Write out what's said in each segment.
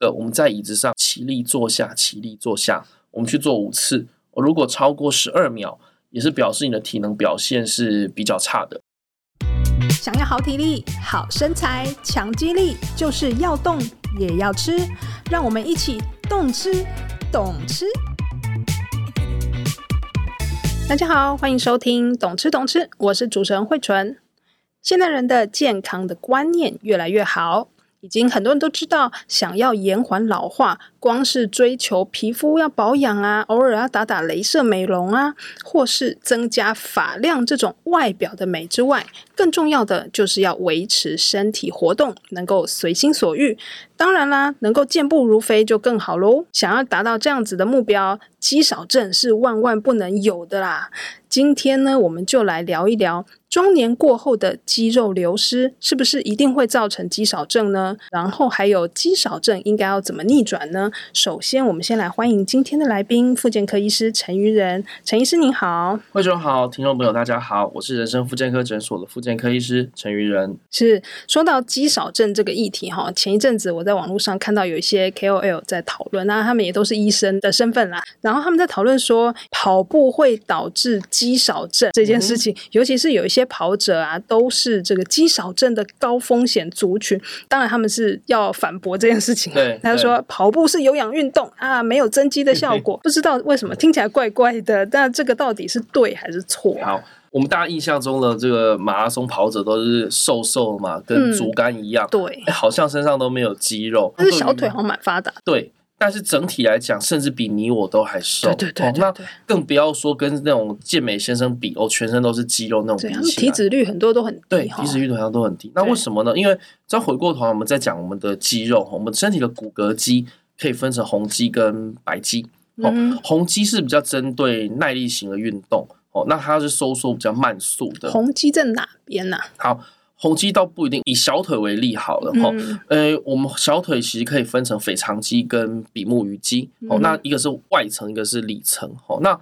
的，我们在椅子上起立坐下，起立坐下，我们去做五次。如果超过十二秒，也是表示你的体能表现是比较差的。想要好体力、好身材、强肌力，就是要动也要吃。让我们一起动吃、懂吃。大家好，欢迎收听《懂吃懂吃》，我是主持人慧纯。现代人的健康的观念越来越好，已经很多人都知道，想要延缓老化，光是追求皮肤要保养啊，偶尔要打打镭射美容啊，或是增加发量这种外表的美之外，更重要的就是要维持身体活动，能够随心所欲。当然啦，能够健步如飞就更好喽。想要达到这样子的目标，肌少症是万万不能有的啦。今天呢，我们就来聊一聊中年过后的肌肉流失，是不是一定会造成肌少症呢？然后还有肌少症应该要怎么逆转呢？首先，我们先来欢迎今天的来宾，复健科医师陈于仁。陈医师您好，慧中好，听众朋友大家好，我是人生复健科诊所的复健科医师陈于仁。是说到肌少症这个议题哈，前一阵子我在网络上看到有一些 KOL 在讨论，那他们也都是医生的身份啦，然后他们在讨论说跑步会导致肌少症这嗯件事情，尤其是有一些跑者啊，都是这个肌少症的高风险族群，当然他们是要反驳这件事情啊，对他就说跑步是有氧运动啊，没有增肌的效果，不知道为什么听起来怪怪的，那这个到底是对还是错？好，我们大家印象中的这个马拉松跑者都是瘦瘦的嘛，跟嗯竹竿一样，对，哎好像身上都没有肌肉，但是小腿好啊像蛮发达，对。但是整体来讲，甚至比你我都还瘦。对对对哦对那对。更不要说跟那种健美先生比，哦，全身都是肌肉那种对，比他们起体来，脂率很多都很低对，哈体脂率好像都很低。那对为什么呢？因为再回过头来，我们再讲我们的肌肉，我们身体的骨骼肌可以分成红肌跟白肌。哦嗯哼，红肌是比较针对耐力型的运动，哦，那它是收缩比较慢速的。红肌在哪边呐、好，红肌倒不一定，以小腿为例好了，哦。嗯，呃，我们小腿其实可以分成腓肠肌跟比目鱼肌，哦嗯，那一个是外层，一个是里层，哦，那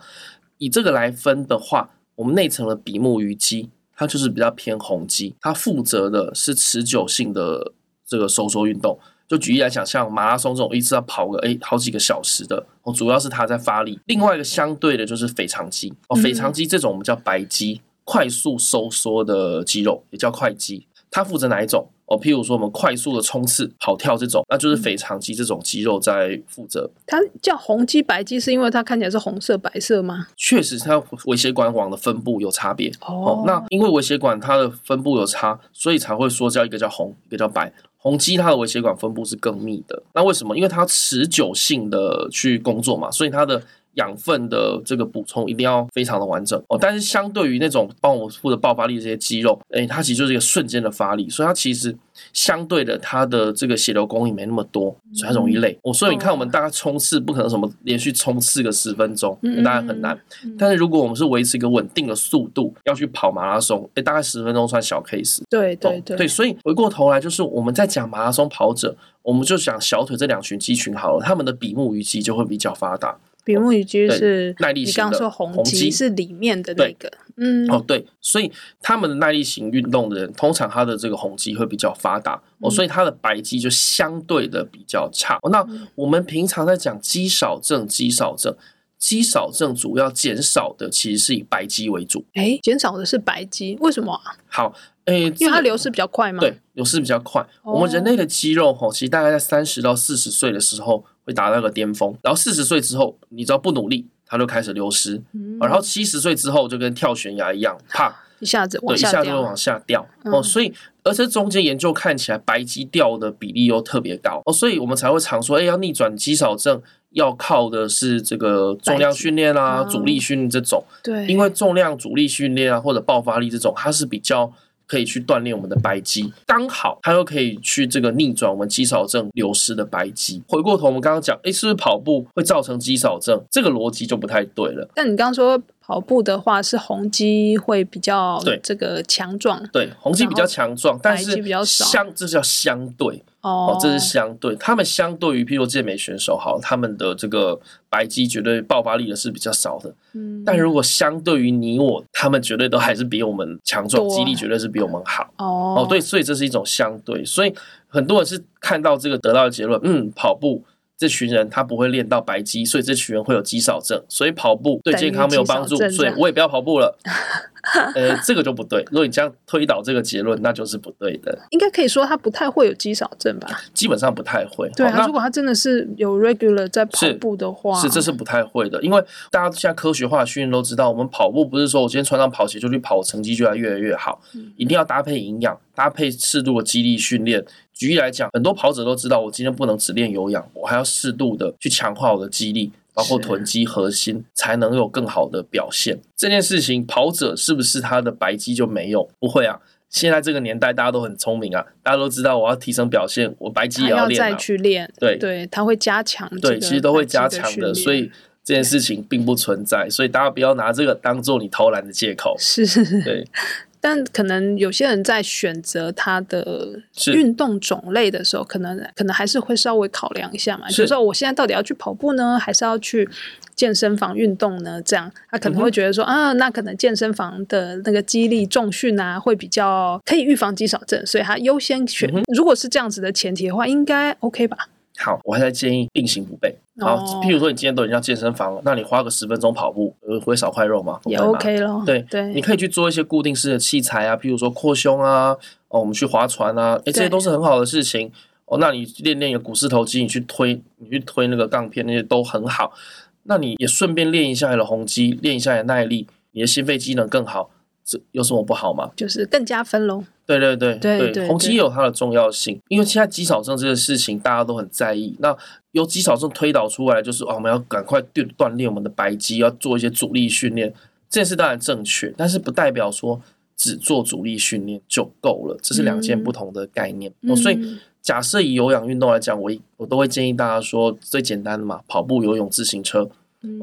以这个来分的话，我们内层的比目鱼肌，它就是比较偏红肌，它负责的是持久性的这个收缩运动。就举例来讲，像马拉松这种一次要跑个诶、好几个小时的，哦，主要是它在发力。另外一个相对的就是腓肠肌，哦，嗯腓肠肌这种我们叫白肌，快速收缩的肌肉也叫快肌。它负责哪一种？哦，譬如说我们快速的冲刺、跑跳这种，那就是腓肠肌这种肌肉在负责。它叫红肌白肌是因为它看起来是红色白色吗？确实，它微血管网的分布有差别。哦，那因为微血管它的分布有差，所以才会说叫一个叫红，一个叫白。红肌它的微血管分布是更密的，那为什么？因为它持久性的去工作嘛，所以它的养分的这个补充一定要非常的完整哦。但是相对于那种帮我负责爆发力的这些肌肉，诶、它其实就是一个瞬间的发力，所以它其实相对的它的这个血流供应没那么多，所以它容易累。哦，所以你看我们大概冲刺不可能什么连续冲刺个十分钟，嗯当然很难。但是如果我们是维持一个稳定的速度，要去跑马拉松，诶，大概十分钟算小 case。对对哦对，所以回过头来，就是我们在讲马拉松跑者，我们就讲小腿这两群肌群好了，他们的比目鱼肌就会比较发达。比目鱼肌是对耐力你型的刚刚说红红肌肌是里面的那对个，嗯，哦，对，所以他们的耐力型运动的人，通常他的这个红肌会比较发达嗯哦，所以他的白肌就相对的比较差。哦那嗯我们平常在讲肌少症，肌少症，肌少症主要减少的其实是以白肌为主。哎，减少的是白肌，为什么啊？好，诶，因为这它个流失比较快吗？哦对，流失比较快。我们人类的肌肉吼，其实大概在三十到四十岁的时候会达到一个巅峰，然后四十岁之后，你只要不努力，它就开始流失。嗯，然后七十岁之后就跟跳悬崖一样，啪，一下子对，往一下就会掉，往下掉。嗯哦，所以而且中间研究看起来白肌掉的比例又特别高哦，所以我们才会常说，哎，要逆转肌少症。要靠的是这个重量白肌训练啊、嗯阻力训练这种，对，因为重量、阻力训练啊，或者爆发力这种，它是比较可以去锻炼我们的白肌，刚好它又可以去这个逆转我们肌少症流失的白肌。回过头，我们刚刚讲，诶，是不是跑步会造成肌少症？这个逻辑就不太对了。但你刚刚说跑步的话是红肌会比较对这个强壮，对，红肌比较强壮，但白肌是比较少相这叫相对哦哦，这是相对，他们相对于譬如说健美选手好，他们的这个白肌绝对爆发力也是比较少的。嗯但如果相对于你我，他们绝对都还是比我们强壮，多肌力绝对是比我们好。哦哦，对，所以这是一种相对，所以很多人是看到这个得到的结论，嗯，跑步这群人他不会练到白肌，所以这群人会有肌少症，所以跑步对等于健康没有帮肌助少症，所这以样我也不要跑步 了。呃，这个就不对。如果你这样推导这个结论，那就是不对的，应该可以说他不太会有肌少症吧？基本上不太会。对好啊，那如果他真的是有 regular 在跑是步的话，是，这是不太会的，因为大家现在科学化的训练都知道，我们跑步不是说我今天穿上跑鞋就去跑，成绩就来越来越好，一定要搭配营养，搭配适度的肌力训练。举例来讲，很多跑者都知道，我今天不能只练有氧，我还要适度的去强化我的肌力，包括是臀肌、核心，才能有更好的表现。这件事情，跑者是不是他的白肌就没有？不会啊。现在这个年代，大家都很聪明啊，大家都知道我要提升表现，我白肌他也要要练、啊，再去练，对对，他会加强这个对，其实都会加反击强训的，练。所以这件事情并不存在，所以大家不要拿这个当做你偷懒的借口是，对， 但可能有些人在选择他的是运动种类的时候，可能可能还是会稍微考量一下嘛，是就是说我现在到底要去跑步呢，还是要去健身房运动呢？这样他可能嗯会觉得说、啊，那可能健身房的那个肌力重训啊，会比较可以预防肌少症，所以他优先嗯选。如果是这样子的前提的话，应该 OK 吧？好，我还在建议并行不悖。好，哦譬如说你今天都已经要健身房了，那你花个十分钟跑步，呃，会少块肉吗？不也会嘛 OK 咯。对对，你可以去做一些固定式的器材啊，譬如说扩胸啊，哦，我们去划船啊，诶，这些对都是很好的事情。哦，那你练练你的股四头肌，你去推，你去推那个杠片，那些都很好。那你也顺便练一下你的红肌，练一下你的耐力，你的心肺机能更好，这有什么不好吗？就是更加分喽。对对对对对红对肌也有它的重要性，因为现在肌少症这个事情大家都很在意。那由肌少症推导出来就是，哦，我们要赶快锻锻炼我们的白肌，要做一些阻力训练，这件事当然正确，但是不代表说只做阻力训练就够了，这是两件嗯不同的概念。嗯哦、所以假设以有氧运动来讲，我一我都会建议大家说最简单的嘛，跑步、游泳、自行车。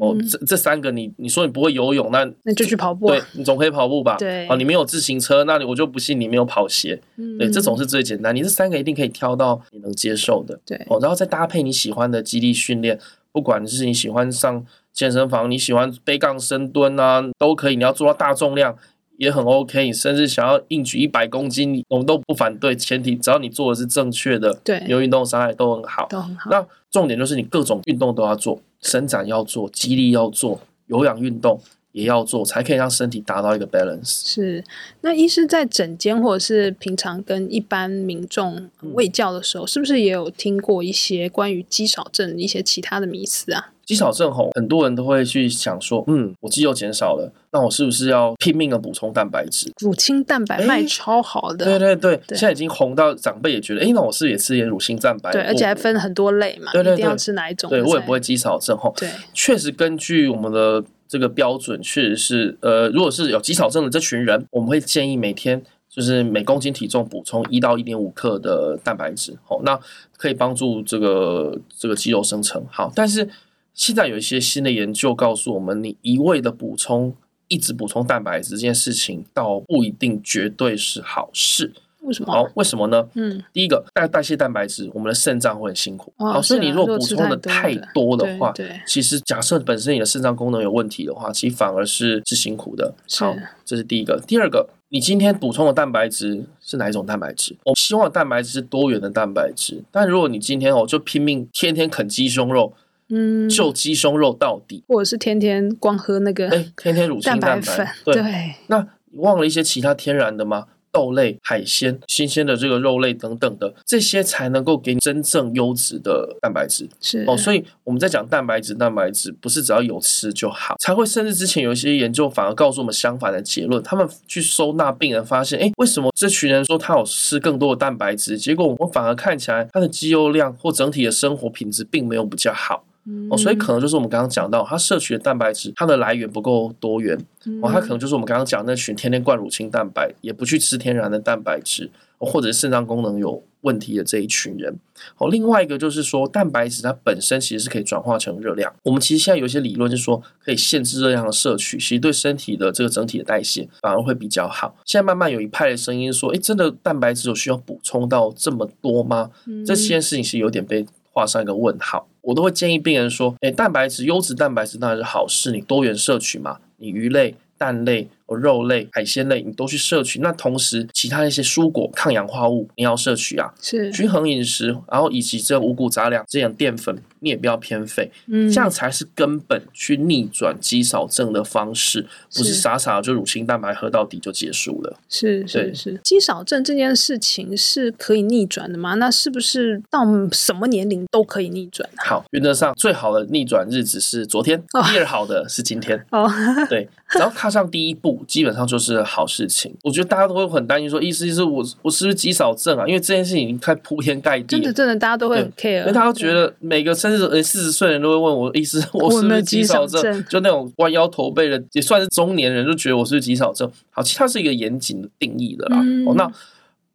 哦，嗯这这三个你你说你不会游泳，那那就去跑步啊。对你总可以跑步吧？对哦，你没有自行车，那你我就不信你没有跑鞋。嗯对，这种是最简单，你这三个一定可以挑到你能接受的对哦，然后再搭配你喜欢的肌力训练，不管是你喜欢上健身房，你喜欢背杠深蹲啊，都可以，你要做到大重量。也很 OK，你甚至想要硬举一百公斤，我们都不反对，前提只要你做的是正确的，对有运动伤害都很好。都很好。那重点就是你各种运动都要做，伸展要做，肌力要做，有氧运动也要做，才可以让身体达到一个 balance。是，那医师在诊间或者是平常跟一般民众嗯喂教的时候，是不是也有听过一些关于肌少症一些其他的迷思啊？肌少症吼，很多人都会去想说，嗯，我肌肉减少了，那我是不是要拼命的补充蛋白质？乳清蛋白哎卖超好的，对对对，对现在已经红到长辈也觉得，诶，那我是不是也吃点乳清蛋白？对而且还分很多类嘛，对对一定要对吃哪一种？对我也不会。肌少症吼。对，确实，根据我们的这个标准，确实是，呃，如果是有肌少症的这群人，我们会建议每天就是每公斤体重补充一到一点五克的蛋白质，好、那可以帮助这个这个肌肉生成。好，但是现在有一些新的研究告诉我们，你一味的补充，一直补充蛋白质这件事情，倒不一定绝对是好事。为什么？好，为什么呢？嗯，第一个代代谢蛋白质，我们的肾脏会很辛苦。哦好，所以是啊你如果如果补吃充的太太多多的的话对对，其实假设本身你的肾脏功能有问题的话，其实反而是是辛苦的。是好，这是第一个。第二个，你今天补充的蛋白质是哪一种蛋白质？我希望蛋白质是多元的蛋白质，但如果你今天哦就拼命天天啃鸡胸肉，嗯，就鸡胸肉到 底，或者是天天光喝那个哎、天天乳清蛋蛋粉白，，对，那你忘了一些其他天然的吗？豆类、海鲜、新鲜的这个肉类等等的，这些才能够给你真正优质的蛋白质是哦。所以我们在讲蛋白质，蛋白质不是只要有吃就好，才会甚至之前有一些研究反而告诉我们相反的结论。他们去收纳病人，发现诶，为什么这群人说他有吃更多的蛋白质，结果我们反而看起来他的肌肉量或整体的生活品质并没有比较好嗯哦。所以可能就是我们刚刚讲到，他摄取的蛋白质它的来源不够多元，嗯哦，它可能就是我们刚刚讲那群天天灌乳清蛋白，也不去吃天然的蛋白质，哦或者是肾脏功能有问题的这一群人。好，另外一个就是说，蛋白质它本身其实是可以转化成热量。我们其实现在有一些理论是说，可以限制热量的摄取，其实对身体的这个整体的代谢反而会比较好。现在慢慢有一派的声音说，诶，真的蛋白质有需要补充到这么多吗？嗯这件事情是有点被画上一个问号。我都会建议病人说，诶，蛋白质优质蛋白质当然是好事，你多元摄取嘛，你鱼类、蛋类、哦肉类、海鲜类你都去摄取。那同时，其他的一些蔬果、抗氧化物你要摄取啊，是均衡饮食，然后以及这五谷杂粮、这样淀粉，你也不要偏废，嗯这样才是根本去逆转肌少症的方式，不是是傻傻地就乳清蛋白喝到底就结束了。是是对是，肌少症这件事情是可以逆转的吗？那是不是到什么年龄都可以逆转？好，原则上最好的逆转日子是昨天哦，第二好的是今天。哦，对，只要踏上第一步，基本上就是好事情。我觉得大家都会很担心说，意思是我我是不是肌少症啊？因为这件事情已经太铺天盖地真的了。真的，大家都会很 care，因为大家都觉得每个三十呃四十岁的人都会问我， 意思是我是不是肌少啊我有没有肌少症症？就那种弯腰驼背的，也算是中年人，就觉得我是不是肌少症。好，其实它是一个严谨的定义的啦。嗯哦，那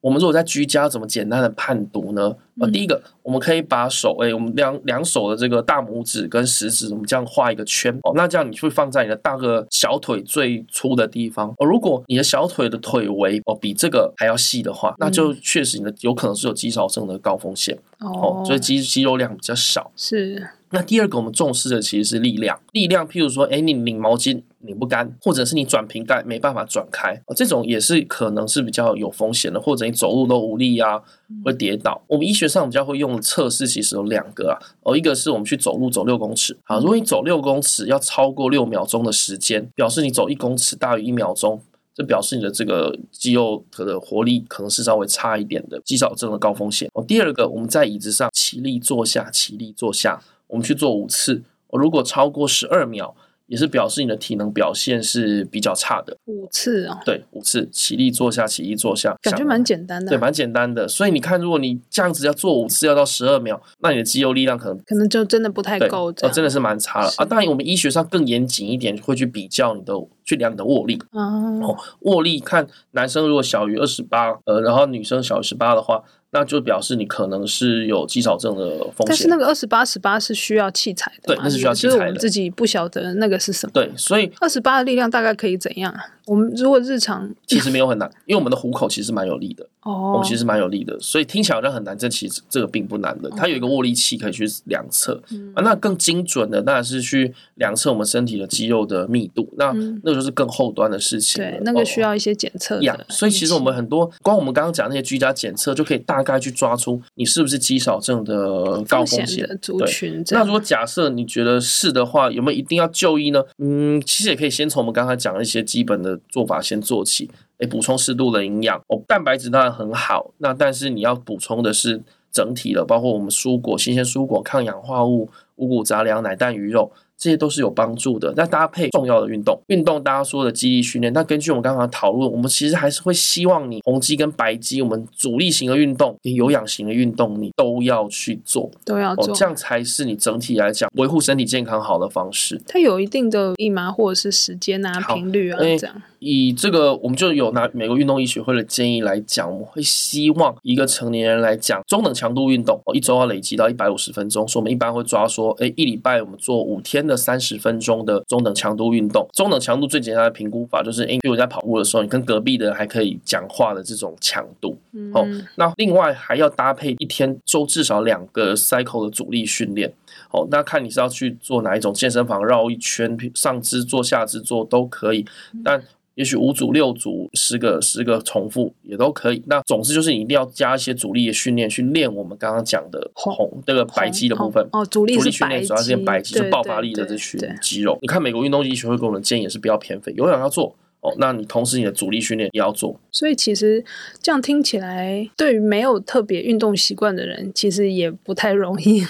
我们如果在居家怎么简单的判读呢？呃，嗯第一个，我们可以把手，哎、我们两两手的这个大拇指跟食指，我们这样画一个圈哦。那这样你会放在你的大个小腿最粗的地方哦。如果你的小腿的腿围哦比这个还要细的话，那嗯就确实你的有可能是有肌少症的高风险。哦哦，，所以肌肌肉量比较少。是那第二个我们重视的其实是力量，力量譬如说，哎，你拧毛巾拧不干，或者是你转瓶盖没办法转开，哦这种也是可能是比较有风险的，或者你走路都无力啊，会跌倒。我们医学上比较会用的测试其实有两个啊，哦，一个是我们去走路走六公尺，好，如果你走六公尺要超过六秒钟的时间，表示你走一公尺大于一秒钟。这表示你的这个肌肉可能活力可能是稍微差一点的，肌少症的高风险。哦，第二个，我们在椅子上起立坐下，起立坐下，我们去做五次。哦如果超过十二秒，也是表示你的体能表现是比较差的。五次哦，对，五次起立坐下，起立坐下，感觉想蛮简单的对，啊，蛮简单的。所以你看，如果你这样子要做五次，要到十二秒，那你的肌肉力量可能可能就真的不太对，够这呃，样，真的是蛮差了是啊。当然，我们医学上更严谨一点，会去比较你的，去量你的握力。哦，哦握力看男生如果小于二十八，呃，然后女生小于十八的话，那就表示你可能是有肌少症的风但是险那。个二十八十八是需要器材的对嘛，那是需要器就是我材们的自己不晓得那个是什么。对，所以二十八的力量大概可以怎样啊？我们如果日常其实没有很难，因为我们的虎口其实蛮有力的，我哦们，其实蛮有力的，所以听起来好像很难，这其实这个并不难的。它有一个哦握力器可以去量测，嗯啊，那更精准的当然是去量测我们身体的肌肉的密度，那嗯那个就是更后端的事情了。对，那个哦需要一些检测一样的。所以其实我们很多，光我们刚刚讲那些居家检测，就可以大概去抓出你是不是肌少症的高风风险险的族对群这那样，如果假设你觉得是的话，有没有一定要就医呢？嗯，其实也可以先从我们刚才讲的一些基本的做法先做起，诶，补充适度的营养。哦，蛋白质当然很好，那但是你要补充的是整体的，包括我们蔬果、新鲜蔬果、抗氧化物、五谷杂粮、奶蛋鱼肉。这些都是有帮助的。那搭配重要的运动，运动大家说的肌力训练，那根据我们刚刚的讨论，我们其实还是会希望你红肌跟白肌，我们主力型的运动、跟有氧型的运动，你都要去做。都要哦做，。这样才是你整体来讲维护身体健康好的方式。它有一定的疫苗或者是时间啊、好频率啊哎这样。以这个，我们就有拿美国运动医学会的建议来讲，我们会希望一个成年人来讲，中等强度运动，哦，一周要累积到一百五十分钟，所以我们一般会抓说，哎，一礼拜我们做五天的三十分钟的中等强度运动。中等强度最简单的评估法就是，哎，比如在跑步的时候，你跟隔壁的人还可以讲话的这种强度。哦嗯，那另外还要搭配一天周至少两个 cycle 的阻力训练。哦，那看你是要去做哪一种健身房绕一圈，上肢做、下肢做都可以，嗯但。也许五组、六组、十个、十个重复也都可以。那总之就是你一定要加一些阻力的训练，去练我们刚刚讲的红红这个白肌的部分。哦，哦主力主力是训白练肌，主要是练白肌，就对爆对发力的对这群对肌肉。你看美国运动医学会给我们的建议也是不要偏废，有氧要做哦，那你同时你的阻力训练也要做，哦所以其实这样听起来，对于没有特别运动习惯的人，其实也不太容易。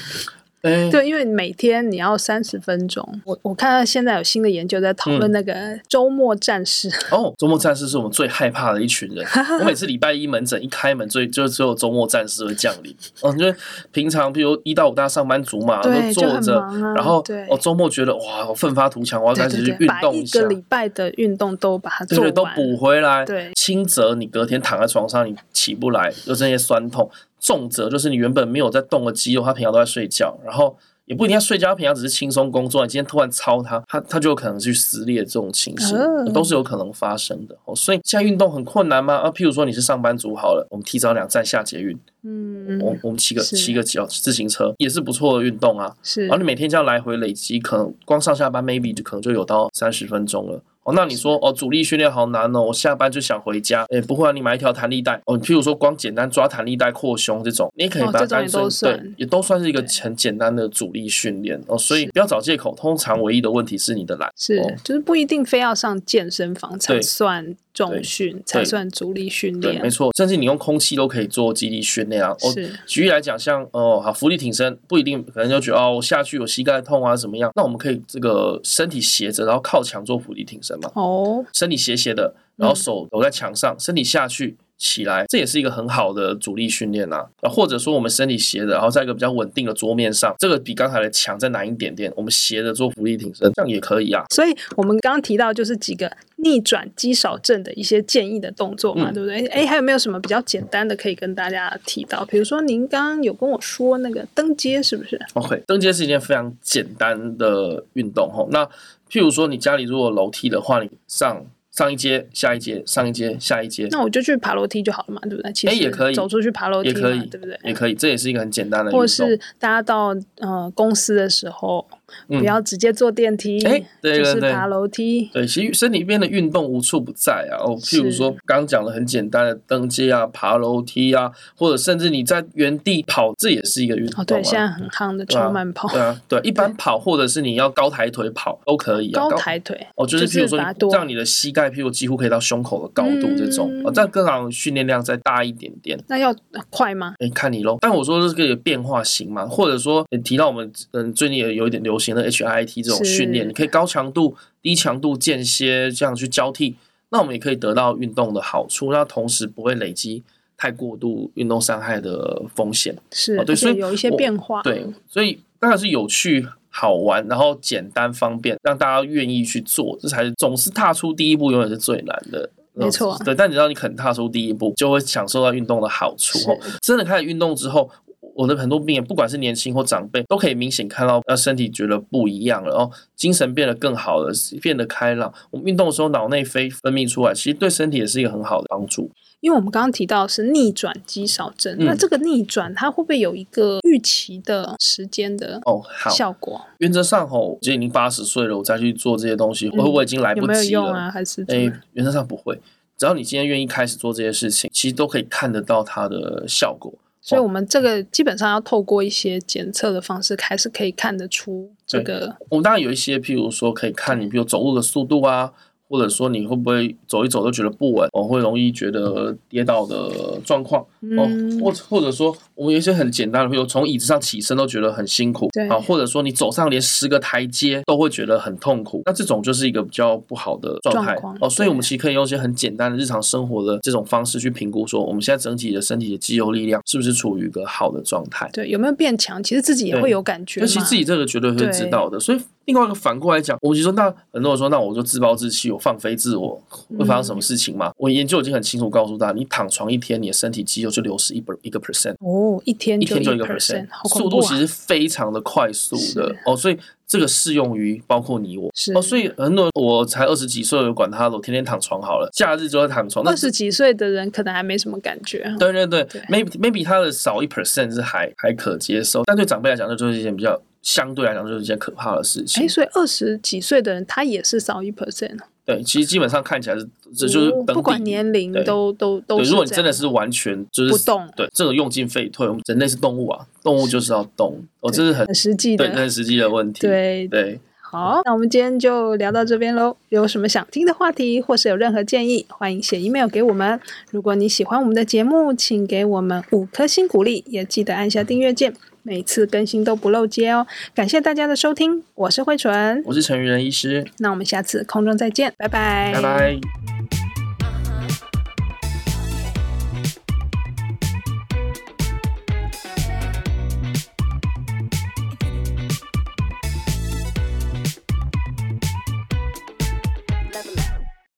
哎 对，因为每天你要三十分钟。我我看到现在有新的研究在讨嗯论那个周末战士，哦，周末战士是我们最害怕的一群 人。我每次礼拜一门诊一开门最，就只有周末战士会降临。哦，因为平常比如一到五大家上班族嘛，都对就坐很着，忙啊然后对哦周末觉得哇，我奋发图强，我要对开始去对对，运把动一下个。礼拜的运动都把它对做对，完，都补回来。对轻则你隔天躺在床上你起不来，有这些酸痛；重则就是你原本没有在动的肌肉，它平常都在睡觉，然后也不一定要睡觉，它平常只是轻松工作，你今天突然操它，它它就有可能去撕裂这种情形哦，都是有可能发生的。哦，所以现在运动很困难吗？啊，譬如说你是上班族好了，我们提早两站下捷运，我嗯，我们骑个是骑个脚自行车也是不错的运动啊。是然后你每天这样来回累积，可能光上下班 maybe 就可能就有到三十分钟了。哦，那你说哦，阻力训练好难哦，我下班就想回家。诶，不会啊，你买一条弹力带哦，譬如说光简单抓弹力带扩胸这种，你也可以哦把它这种也当成、都算对，也都算是一个对很简单的阻力训练哦。所以是不要找借口，通常唯一的问题是你的懒。是哦，就是不一定非要上健身房才对算重对训，才对算阻力训对，没练，错，甚至你用空气都可以做肌力训练啊。哦，啊是举例来讲，像哦，好，浮力挺身不一定，可能就觉得哦，我下去有膝盖痛啊，怎么样？那我们可以这个身体斜着，然后靠墙做浮力挺身嘛。哦，身体斜斜的，然后手搂在墙上，身体下去起来，这也是一个很好的阻力训练啊。啊，或者说我们身体斜着，然后在一个比较稳定的桌面上，这个比刚才的墙再难一点点，我们斜着做浮力挺身，这样也可以啊。所以我们刚刚提到就是几个逆转肌少症的一些建议的动作嘛，嗯对不对？哎，还有没有什么比较简单的可以跟大家提到？比如说您刚刚有跟我说那个登阶是不是？ OK，登阶是一件非常简单的运动吼。那譬如说你家里如果有楼梯的话，你上上一阶，下一阶，上一阶，下一阶。那我就去爬楼梯就好了嘛，对不对？其哎实也可以走出去爬楼梯也嘛，可以，对不对？也可以，这也是一个很简单的运动。或是大家到呃公司的时候，嗯不要直接坐电梯，哎对就对是对爬楼梯。对，其实身体边的运动无处不在啊。哦，譬如是说刚刚讲的很简单的登阶啊、爬楼梯啊，或者甚至你在原地跑，这也是一个运动、啊哦，对，现在很夯的对啊超慢跑、对啊， 对，一般跑或者是你要高抬腿跑都可以啊。高抬腿，哦，就是就是譬如说把它多你让你的膝盖，譬如几乎可以到胸口的高度这种，嗯哦，这样更好训练量再大一点点。那要快吗？哎，看你喽。但我说这个有变化型嘛，或者说你提到我们嗯最近也有一点流行的 HIIT 这种是训练，你可以高强度、低强度间歇这样去交替，那我们也可以得到运动的好处，那同时不会累积太过度运动伤害的风险。是，哦对而且所以有一些我变化。对，所以当然是有趣、好玩，然后简单方便，让大家愿意去做，这才是总是踏出第一步，永远是最难的。没错对，但你知道你肯踏出第一步，就会享受到运动的好处哦。真的开始运动之后，我的很多病人，不管是年轻或长辈，都可以明显看到，呃，身体觉得不一样了，然后精神变得更好了，变得开朗。我们运动的时候，脑内啡分泌出来，其实对身体也是一个很好的帮助。因为我们刚刚提到是逆转肌少症，嗯那这个逆转它会不会有一个预期的时间的哦，好，效果？原则上吼，我已经八十岁了，我再去做这些东西，嗯会不会已经来有不没有及用了？啊？还是怎么诶，样原则上不会。只要你今天愿意开始做这些事情，其实都可以看得到它的效果。所以我们这个基本上要透过一些检测的方式，还是可以看得出这个我们当然有一些，譬如说可以看你，比如走路的速度啊，或者说你会不会走一走就觉得不稳，哦，会容易觉得跌倒的状况，哦，嗯或或者说我们有一些很简单的，譬如从椅子上起身都觉得很辛苦对，啊，或者说你走上连十个台阶都会觉得很痛苦，那这种就是一个比较不好的状态状况哦，所以对我们其实可以用一些很简单的日常生活的这种方式去评估，说我们现在整体的身体的肌肉力量是不是处于一个好的状态。对有没有变强，其实自己也对会有感觉尤嘛。其自己这个绝对会知道的。所以另外一个反过来讲，我就说，那很多人说，那我就自暴自弃，我放飞自我，会发生嗯什么事情吗？我研究已经很清楚告诉大家，你躺床一天，你的身体肌肉就流失一百一个 percent。哦，一天一就天就一个1% percent，好恐速怖度啊！其实非常的快速的是啊哦，所以这个适用于包括你我是哦，所以很多人我才二十几岁，我管他了，我天天躺床好了，假日就要躺床，那二十几岁的人可能还没什么感觉。啊对对对对，maybe maybe 它的少一 percent 是还还可接受，但对长辈来讲，那就是一件比较相对来讲就是一件可怕的事情哎，。所以二十几岁的人他也是少一 percent，啊嗯对，其实基本上看起来是，这就是本地哦不管年龄对都都都对，是如果你这真的样是完全就是不动对，这个用进废退。我们人类是动物啊，动物就是要动，哦，对这是很很实际对，的，这很实际的问题。对对，好，那我们今天就聊到这边喽。有什么想听的话题，或是有任何建议，欢迎写 email 给我们。如果你喜欢我们的节目，请给我们五颗星鼓励，也记得按下订阅键，每次更新都不漏接哦。感谢大家的收听，我是慧纯，我是陈宇仁医师，那我们下次空中再见，拜拜，拜拜。